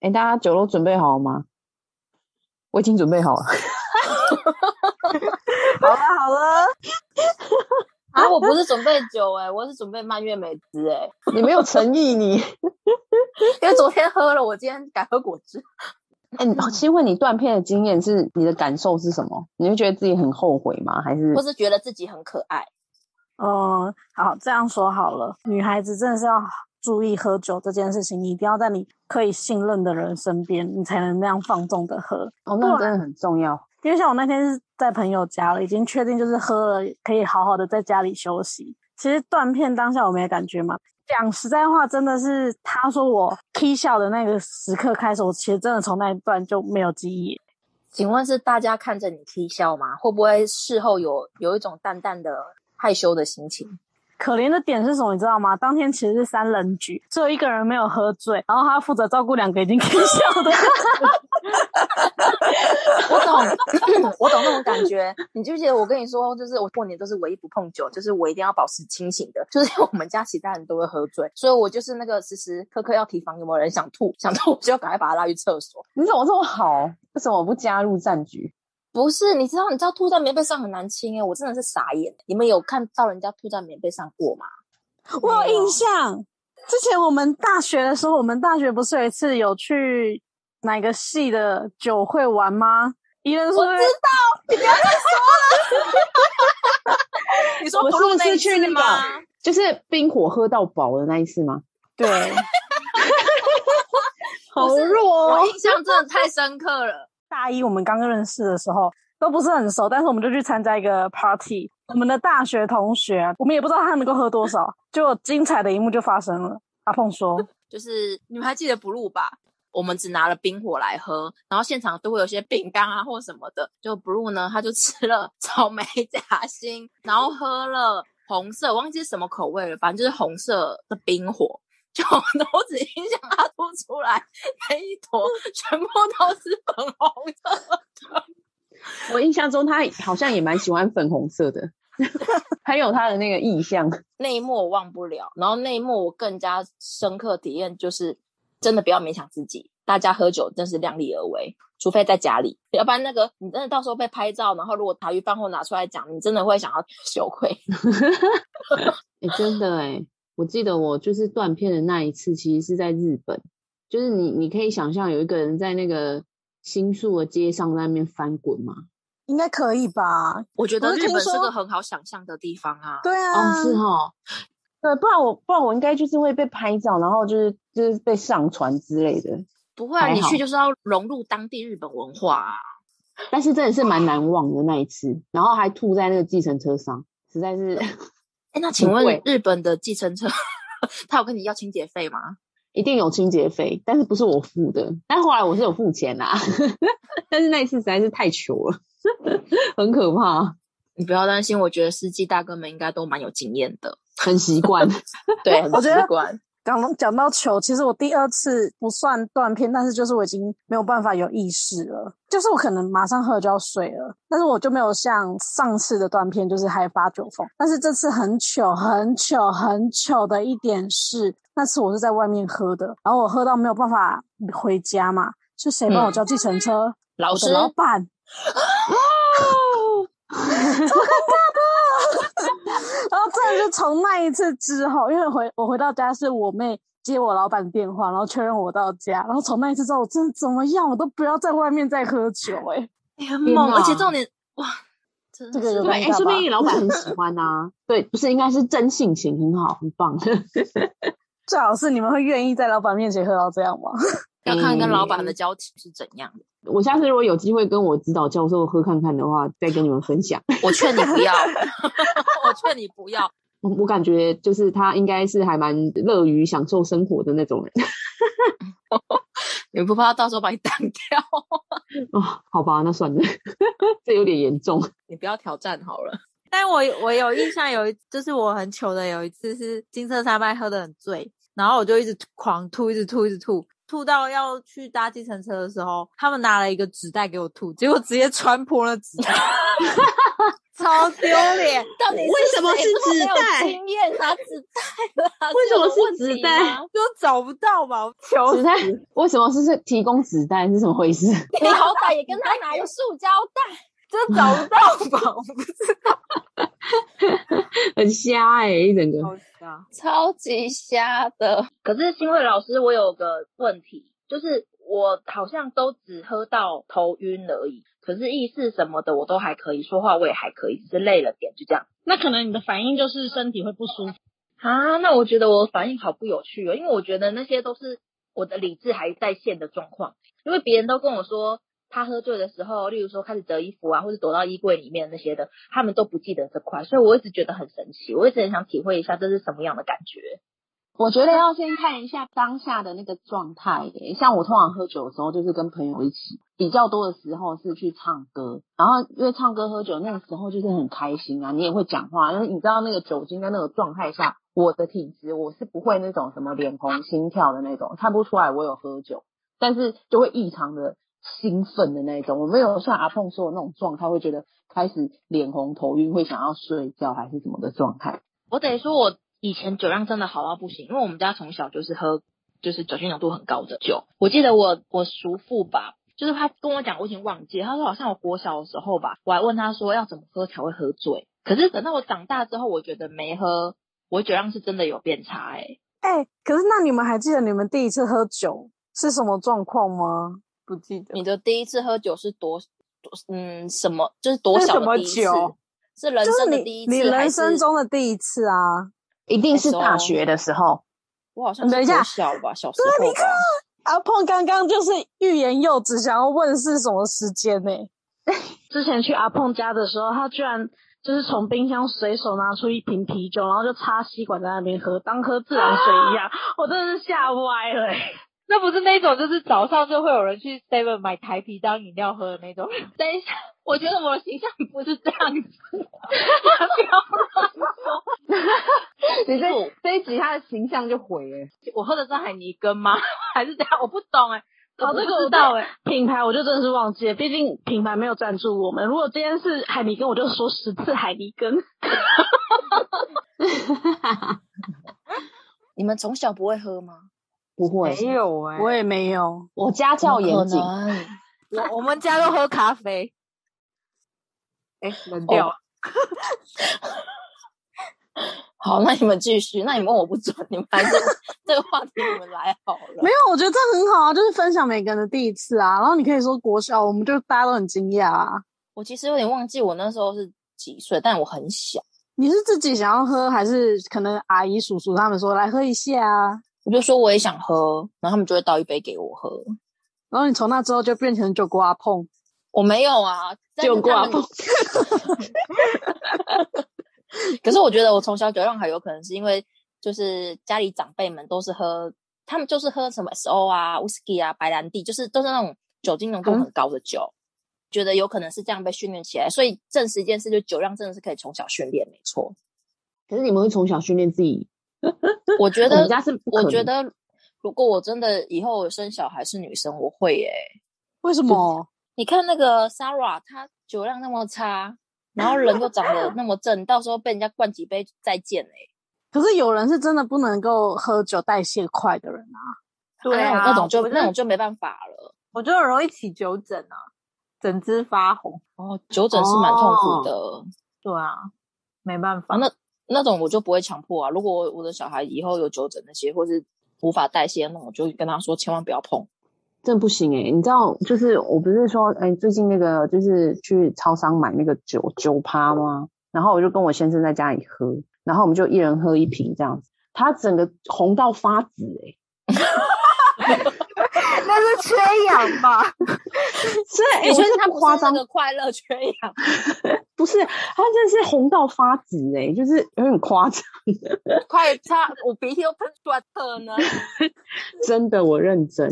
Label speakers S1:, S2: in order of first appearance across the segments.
S1: 哎，大家酒都准备好了吗？我已经准备 好了。
S2: 好了好了，
S3: 啊，我不是准备酒哎、我是准备蔓越莓汁哎、
S1: 你没有诚意，你
S3: 因为昨天喝了，我今天改喝果汁。
S1: 哎，你先问你断片的经验是你的感受是什么？你会觉得自己很后悔吗？还是
S3: 我是觉得自己很可爱，
S2: 嗯，好，这样说好了，女孩子真的是要注意喝酒这件事情，你一定要在你可以信任的人身边，你才能那样放纵的喝。
S1: 哦，那真的很重要。
S2: 因为像我那天是在朋友家了，已经确定就是喝了，可以好好的在家里休息。其实断片当下我没感觉嘛。讲实在话，真的是他说我踢笑的那个时刻开始，我其实真的从那一段就没有记忆。
S3: 请问是大家看着你踢笑吗？会不会事后有有一种淡淡的害羞的心情？
S2: 可怜的点是什么，你知道吗？当天其实是三人局，只有一个人没有喝醉，然后他负责照顾两个已经 K 笑的。
S3: 我懂， 我懂那种感觉。你记不记得我跟你说，就是我过年都是唯一不碰酒，就是我一定要保持清醒的。就是因为我们家其他人都会喝醉，所以我就是那个时时刻刻要提防有没有人想吐，想吐我就要赶快把他拉去厕所。
S1: 你怎么这么好？为什么不加入战局？
S3: 不是，你知道，你知道吐在棉被上很难清哎、我真的是傻眼。你们有看到人家吐在棉被上过吗？哦
S2: 我有印象，之前我们大学的时候，我们大学不是有一次有去哪个系的酒会玩吗？一人说
S3: 我知道，你不要再说了。你说
S1: 我
S3: 不
S1: 是
S3: 录
S1: 不
S3: 那
S1: 是
S3: 一
S1: 去
S3: 次
S1: 那
S3: 吗？
S1: 个就是冰火喝到饱的那一次吗？
S2: 对，
S1: 好
S3: 不是
S1: 弱哦
S3: 我印象真的太深刻了。
S2: 大一我们刚认识的时候都不是很熟，但是我们就去参加一个 party。我们的大学同学，啊我们也不知道他能够喝多少，结果精彩的一幕就发生了。阿碰说，
S3: 就是你们还记得不露吧？我们只拿了冰火来喝，然后现场都会有些饼干啊或什么的。就 Blue 呢，他就吃了草莓夹心，然后喝了红色，我忘记是什么口味了，反正就是红色的冰火。就 我只印象他吐出来那一坨，全部都是粉红色。
S1: 我印象中他好像也蛮喜欢粉红色的， 还有他的那个意向。
S3: 那一幕我忘不了，然后那一幕我更加深刻体验就是，真的不要勉强自己，大家喝酒真是量力而为，除非在家里，要不然那个你真的到时候被拍照，然后如果茶余饭后拿出来讲，你真的会想要羞愧。
S1: 哎、真的哎、我记得我就是断片的那一次，其实是在日本，就是你你可以想象有一个人在那个新宿的街上在那边翻滚嘛。
S2: 应该可以吧？
S3: 我觉得
S2: 我是
S3: 日
S2: 听
S3: 本是
S2: 说
S3: 个很好想象的地方啊，
S2: 对
S1: 哦，是哦，对，不然我不然我应该就是会被拍照，然后就是就是被上传之类的。
S3: 不会、啊、
S1: 还
S3: 你
S1: 好
S3: 去就是要融入当地日本文化啊。
S1: 但是真的是蛮难忘的那一次，然后还吐在那个计程车上，实在是
S3: 哎，那请
S1: 不会
S3: 问日本的计程车， 他有跟你要清洁费吗？
S1: 一定有清洁费，但是不是我付的。但后来我是有付钱啦， 但是那一次实在是太糗了， 很可怕，
S3: 你不要担心，我觉得司机大哥们应该都蛮有经验的，
S1: 很习惯。
S3: 对，很
S2: 我
S3: 习
S2: 觉得
S3: 惯。
S2: 刚讲到球，其实我第二次不算断片，但是就是我已经没有办法有意识了，就是我可能马上喝就要睡了，但是我就没有像上次的断片，就是还发酒疯。但是这次很糗、很糗、很糗的一点是，那次我是在外面喝的，然后我喝到没有办法回家嘛，是谁帮我叫计程车？
S3: 老
S2: 我的
S3: 师，
S2: 老板，哦 然后真的就从那一次之后，因为回我回到家是我妹接我老板电话，然后确认我到家，然后从那一次之后，我真的怎么样，我都不要在外面再喝酒、欸，哎，
S3: 哎很
S1: 天
S3: 猛，而且
S1: 哪
S3: 重点哇，真的
S2: 这个
S3: 是
S2: 有
S1: 对，
S2: 尴
S1: 哎、
S2: 尬
S1: 说不
S2: 吧
S1: 定老板很喜欢呐、对，不是，应该是真性情，很好，很棒。
S2: 最好是你们会愿意在老板面前喝到这样吗？
S3: 要看跟老板
S1: 嗯
S3: 的交情是怎样的。
S1: 我下次如果有机会跟我指导教授喝看看的话，再跟你们分享。
S3: 我劝你不要， 我劝你不要。
S1: 我我感觉就是他应该是还蛮乐于享受生活的那种人
S3: 你不怕到时候把你挡掉？
S1: 哦。好吧，那算了， 这有点严重。
S3: 你不要挑战好了。
S4: 但我我有印象有一，就是我很糗的有一次是金色山脉喝得很醉，然后我就一直狂吐，一直吐，一直吐，吐到要去搭计程车的时候，他们拿了一个纸袋给我吐，结果直接穿破了纸袋， 超丢脸。
S3: 到底
S1: 为什么
S3: 谁
S1: 是
S3: 这么
S1: 纸
S3: 没有
S1: 袋
S3: 经验拿纸袋啦？
S1: 为什
S3: 这有
S1: 么是
S3: 问
S1: 纸
S3: 题
S1: 袋
S3: 吗
S4: 就找不到吧，我 求
S1: 纸袋为什么是是提供纸袋是怎么回事？
S3: 你好歹也跟他拿个塑胶 袋。
S4: 就找不到吧，我不知
S1: 很瞎哎、一整个。
S4: 道啊。
S3: 超级瞎的。可是新卫老师，我有个问题，就是我好像都只喝到头晕而已，可是意识什么的我都还可以，说话我也还可以，只是累了点，就这样。
S5: 那可能你的反应就是身体会不舒服。
S3: 啊，那我觉得我反应好不有趣哦，因为我觉得那些都是我的理智还在线的状况，因为别人都跟我说。他喝醉的时候，例如说开始折衣服啊，或者躲到衣柜里面那些的，他们都不记得这块，所以我一直觉得很神奇，我一直很想体会一下这是什么样的感觉。
S1: 我觉得要先看一下当下的那个状态耶。像我通常喝酒的时候，就是跟朋友一起，比较多的时候是去唱歌，然后因为唱歌喝酒那个时候就是很开心啊，你也会讲话，因为你知道那个酒精在那个状态下，我的体质我是不会那种什么脸红心跳的那种，看不出来我有喝酒，但是就会异常的兴奋的那种。我没有像阿碰说的那种状态，会觉得开始脸红头晕，会想要睡觉还是什么的状态。
S3: 我得说，我以前酒量真的好到不行，因为我们家从小就是喝，就是酒精浓度很高的酒。我记得我我叔父吧，就是他跟我讲，我已经忘记了，他说好像我国小的时候吧，我还问他说要怎么喝才会喝醉。可是等到我长大之后，我觉得没喝，我酒量是真的有变差哎、
S2: 哎、可是那你们还记得你们第一次喝酒是什么状况吗？
S4: 不记得
S3: 你的第一次喝酒是多多嗯什么？就是多
S2: 是
S3: 小
S2: 什
S3: 的
S2: 么
S3: 第一次
S2: 酒？
S3: 是人
S2: 就是
S3: 生的
S2: 你
S3: 第一次，
S2: 你
S3: 还
S2: 人
S3: 是
S2: 生中的第一次啊！
S1: 一定是
S3: 那时候
S1: 大学的时候，
S3: 我好像是
S2: 嗯等一下
S3: 国小吧，小时候吧。
S2: 阿碰刚刚就是欲言又止，想要问是什么时间呢、
S5: 之前去阿碰家的时候，他居然就是从冰箱随手拿出一瓶啤酒，然后就插吸管在那边喝，当喝自来水 一样，我真的是吓歪了、欸。
S4: 那不是那种，就是早上就会有人去 Seven 买台啤当饮料喝的那种。
S3: 等一下，我觉得我的形象不是这样子。
S1: 你这这一集他的形象就毁了。
S3: 我喝的是海尼根吗？ 还是怎样？我不懂哎、我
S5: 哦，
S3: 不
S5: 这个
S3: 知
S5: 我
S3: 道哎、
S5: 品牌我就真的是忘记了，毕竟品牌没有赞助我们。如果今天是海尼根，我就说十次海尼根。
S3: 你们从小不会喝吗？
S1: 不会，
S4: 有哎
S2: 我也没有，
S1: 我家
S3: 怎么
S1: 教严谨
S3: 可，能
S4: 我我们家都喝咖啡。哎，
S3: 哦
S4: 冷掉了。
S3: 好，那你们继续。那你们问我不准，你们还是 这个话题你们来好了
S2: 没。有，我觉得这很好啊，就是分享每个人的第一次啊。然后你可以说国小，我们就大家都很惊讶啊。
S3: 我其实有点忘记我那时候是几岁，但我很小。
S2: 你是自己想要喝，还是可能阿姨叔叔他们说来喝一下啊？
S3: 我就说我也想喝，然后他们就会倒一杯给我喝。
S2: 然后你从那之后就变成酒瓜碰，
S3: 我没有啊，但是
S1: 就
S3: 他
S1: 挂
S3: 们
S1: 不。
S3: 可是我觉得我从小酒量好，有可能是因为就是家里长辈们都是喝，他们就是喝什么 SO 啊、whisky 啊、白兰地，就是都是那种酒精浓度很高的酒。觉得有可能是这样被训练起来，所以证实一件事，就酒量真的是可以从小训练，没错。
S1: 可是你们会从小训练自己，
S3: 我觉
S1: 我
S3: 得
S1: 们家是不可
S3: 我
S1: 能
S3: 觉得如果我真的以后我生小孩是女生，我会耶、
S2: 为什么？
S3: 你看那个 Sarah，她酒量那么差，然后人又长得那么正，到时候被人家灌几杯再见哎、
S2: 可是有人是真的不能够喝酒代谢快的人啊。
S4: 对
S3: 哎
S4: 啊，
S3: 那种就
S4: 我
S3: 那种就没办法了。
S4: 我就很容易起酒疹啊，整只发红。
S3: 哦，酒疹是蛮痛苦的，
S4: 对啊，没办
S3: 啊、
S4: 法。
S3: 那那种我就不会强迫啊。如果我我的小孩以后有酒疹那些，或是无法代谢，那我就跟他说千万不要碰。
S1: 真的不行哎、你知道，就是我不是说，哎、最近那个就是去超商买那个酒酒趴吗？然后我就跟我先生在家里喝，然后我们就一人喝一瓶这样子，他整个红到发紫哎、
S4: 那是缺氧吧？
S1: 是哎、
S3: 你
S1: 我
S3: 确定
S1: 真
S3: 他
S1: 的
S3: 不
S1: 不夸
S3: 是那
S1: 张，
S3: 个快乐缺氧？
S1: 不是他真的是红到发紫哎、就是有点夸张，
S3: 快擦，我鼻涕都喷出来了呢。
S1: 真的我认真。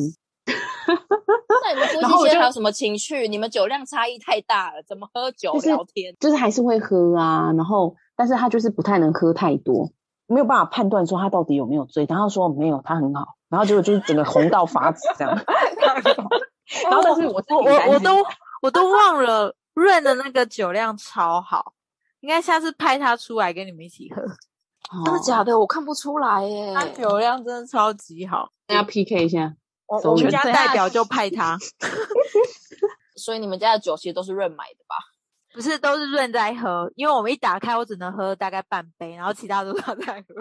S3: 那你们夫
S1: 然后
S3: 妻
S1: 我
S3: 间
S1: 就
S3: 还有什么情趣？你们酒量差异太大了，怎么喝酒
S1: 就是
S3: 聊天？
S1: 就是还是会喝啊，然后但是他就是不太能喝太多，没有办法判断说他到底有没有醉。然后他说没有，他很好，然后结果就是整个红到发紫这样。 然哦后但是我自己
S4: 我我
S1: 担
S4: 我
S1: 心
S4: 都我都忘了 Rain 的那个酒量超好，应该下次派他出来跟你们一起喝。
S3: 真的假
S1: 的？
S3: 的？我看不出来耶。
S4: 他酒量真的超级好，
S1: 那要 PK 一下，
S4: 我
S1: 熟
S4: 我们
S1: 人
S4: 家代表就派他，
S3: 所以你们家的酒其实都是润买的吧？
S4: 不是都是润在喝，因为我们一打开我只能喝大概半杯，然后其他都是他在喝。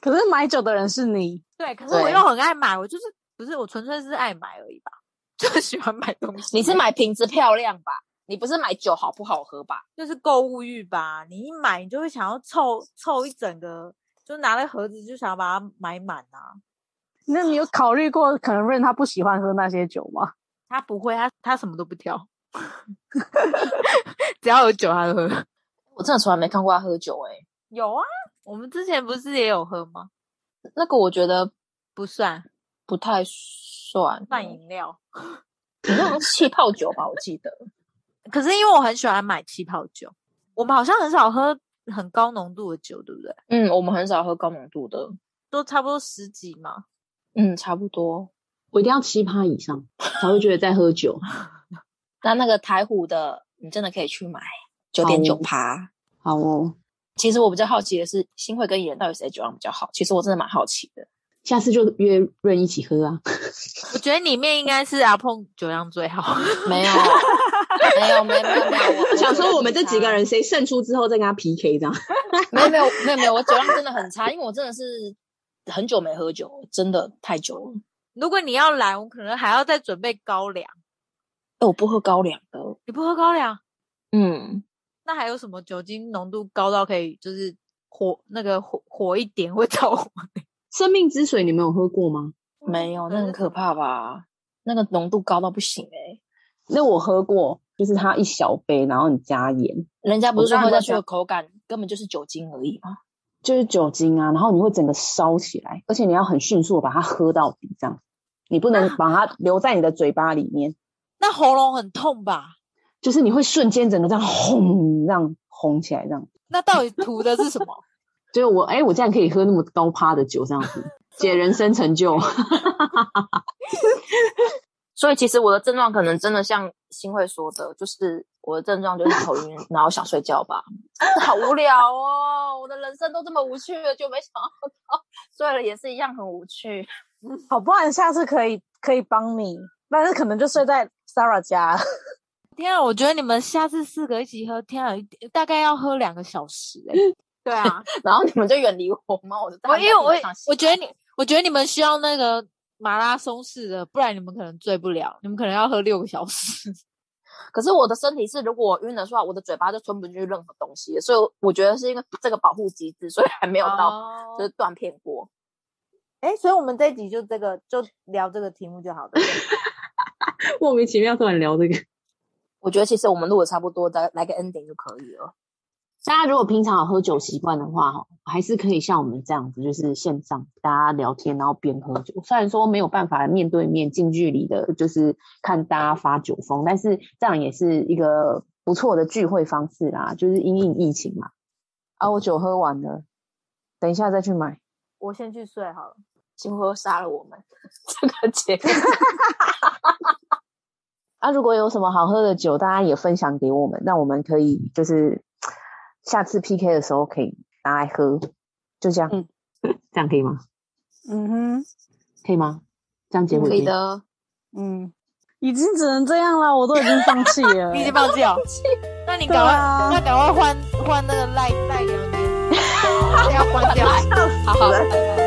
S2: 可是买酒的人是你，
S4: 对，可是我
S3: 对
S4: 又很爱买，我就是不是我纯粹是爱买而已吧， 就是喜欢买东西。
S3: 你是买瓶子漂亮吧？你不是买酒好不好喝吧？
S4: 就是购物欲吧？你一买你就会想要凑凑一整个，就拿了盒子就想要把它买满啊。
S2: 那你有考虑过可能润他不喜欢喝那些酒吗？
S4: 他不会，他他什么都不挑， 只要有酒他都喝。
S3: 我真的从来没看过他喝酒哎诶、
S4: 有啊，我们之前不是也有喝吗？
S3: 那个我觉得
S4: 不算，
S3: 不太算，
S4: 算饮料。
S3: 你那种气泡酒吧，我记得。
S4: 可是因为我很喜欢买气泡酒，我们好像很少喝很高浓度的酒，对不对？
S3: 嗯，我们很少喝高浓度的。
S4: 都差不多十几嘛。
S3: 嗯，差不多。
S1: 我一定要七趴以上才会觉得在喝酒。
S3: 那那个台虎的，你真的可以去买九点九趴。
S1: 好哦，
S3: 其实我比较好奇的是，新会跟野人到底谁酒量比较好？其实我真的蛮好奇的。
S1: 下次就约润一起喝啊。
S4: 我觉得里面应该是阿碰酒量最好。
S3: 没有，没有，没有，没有，没有。我
S1: 想说我们这
S3: 酒量
S1: 几个
S3: 很
S1: 人谁胜出之后再跟他 PK 这样。
S3: 差，没有，没有，没有，没有。我酒量真的很差，因为我真的是很久没喝酒，真的太久了。
S4: 如果你要来，我可能还要再准备高粱。
S3: 哎，我不喝高粱的。
S4: 你不喝高粱，
S3: 嗯，
S4: 那还有什么酒精浓度高到可以就是火那个火火一点会 着火？
S1: 生命之水你们有喝过吗？
S3: 没有，那
S4: 是
S3: 很可怕吧？那个浓度高到不行哎、
S1: 那我喝过，就是它一小杯，然后你加盐，
S3: 人家不是说
S1: 我知道
S3: 喝
S1: 你在
S3: 下去的口感根本就是酒精而已吗？
S1: 就是酒精啊，然后你会整个烧起来，而且你要很迅速地把它喝到底，这样你不能把它留在你的嘴巴里面，
S4: 那喉咙很痛吧？
S1: 就是你会瞬间整个这样轰，这样红起来，这样。
S4: 那到底图的是什么？
S1: 就是我哎、我竟然可以喝那么高趴的酒，这样子，解人生成就。
S3: 所以其实我的症状可能真的像新会说的，就是我的症状就是头晕，然后想睡觉吧。 好无聊哦，我的人生都这么无趣了，就没想到醉了也是一样很无趣。
S2: 好，不然下次可以可以帮你，但是可能就睡在 Sarah 家。
S4: 天啊，我觉得你们下次四个一起喝，天啊，一定大概要喝两个小时哎、 对啊，
S3: 然后你们就远离我吗？我就
S4: 我因为我我觉得
S3: 你
S4: 你，我觉得你们需要那个马拉松式的，不然你们可能醉不了，你们可能要喝六个小时。
S3: 可是我的身体是，如果我晕的话，我的嘴巴就吞不进去任何东西，所以我觉得是因为这个保护机制，所以还没有到
S4: 哦
S3: 就是断片过。
S4: 哎、所以我们这一集就这个就聊这个题目就好了。
S1: 莫名其妙突然聊这个。
S3: 我觉得其实我们录的差不多，再来个 ending 就可以了。
S1: 大家如果平常有喝酒习惯的话，哈，还是可以像我们这样子，就是线上大家聊天，然后边喝酒。虽然说没有办法面对面、近距离的，就是看大家发酒疯，但是这样也是一个不错的聚会方式啦。就是因应疫情嘛。啊，我酒喝完了，等一下再去买。
S4: 我先去睡好了。
S3: 金辉杀了我们， 这个结果
S1: 啊，如果有什么好喝的酒，大家也分享给我们，那我们可以就是下次 PK 的时候可以拿来喝，就这样。
S2: 嗯
S1: 这样可以吗？
S2: 嗯哼，
S1: 可以吗？这样结尾
S3: 可以
S1: 可以
S3: 的。
S2: 嗯，已经只能这样了，我都已经放弃了。 欸
S4: 你已经放弃哦？那你
S2: 对
S4: 赶快，
S2: 啊
S4: 那 赶快换换那个赖赖聊天，要换掉。
S3: 好好，拜拜。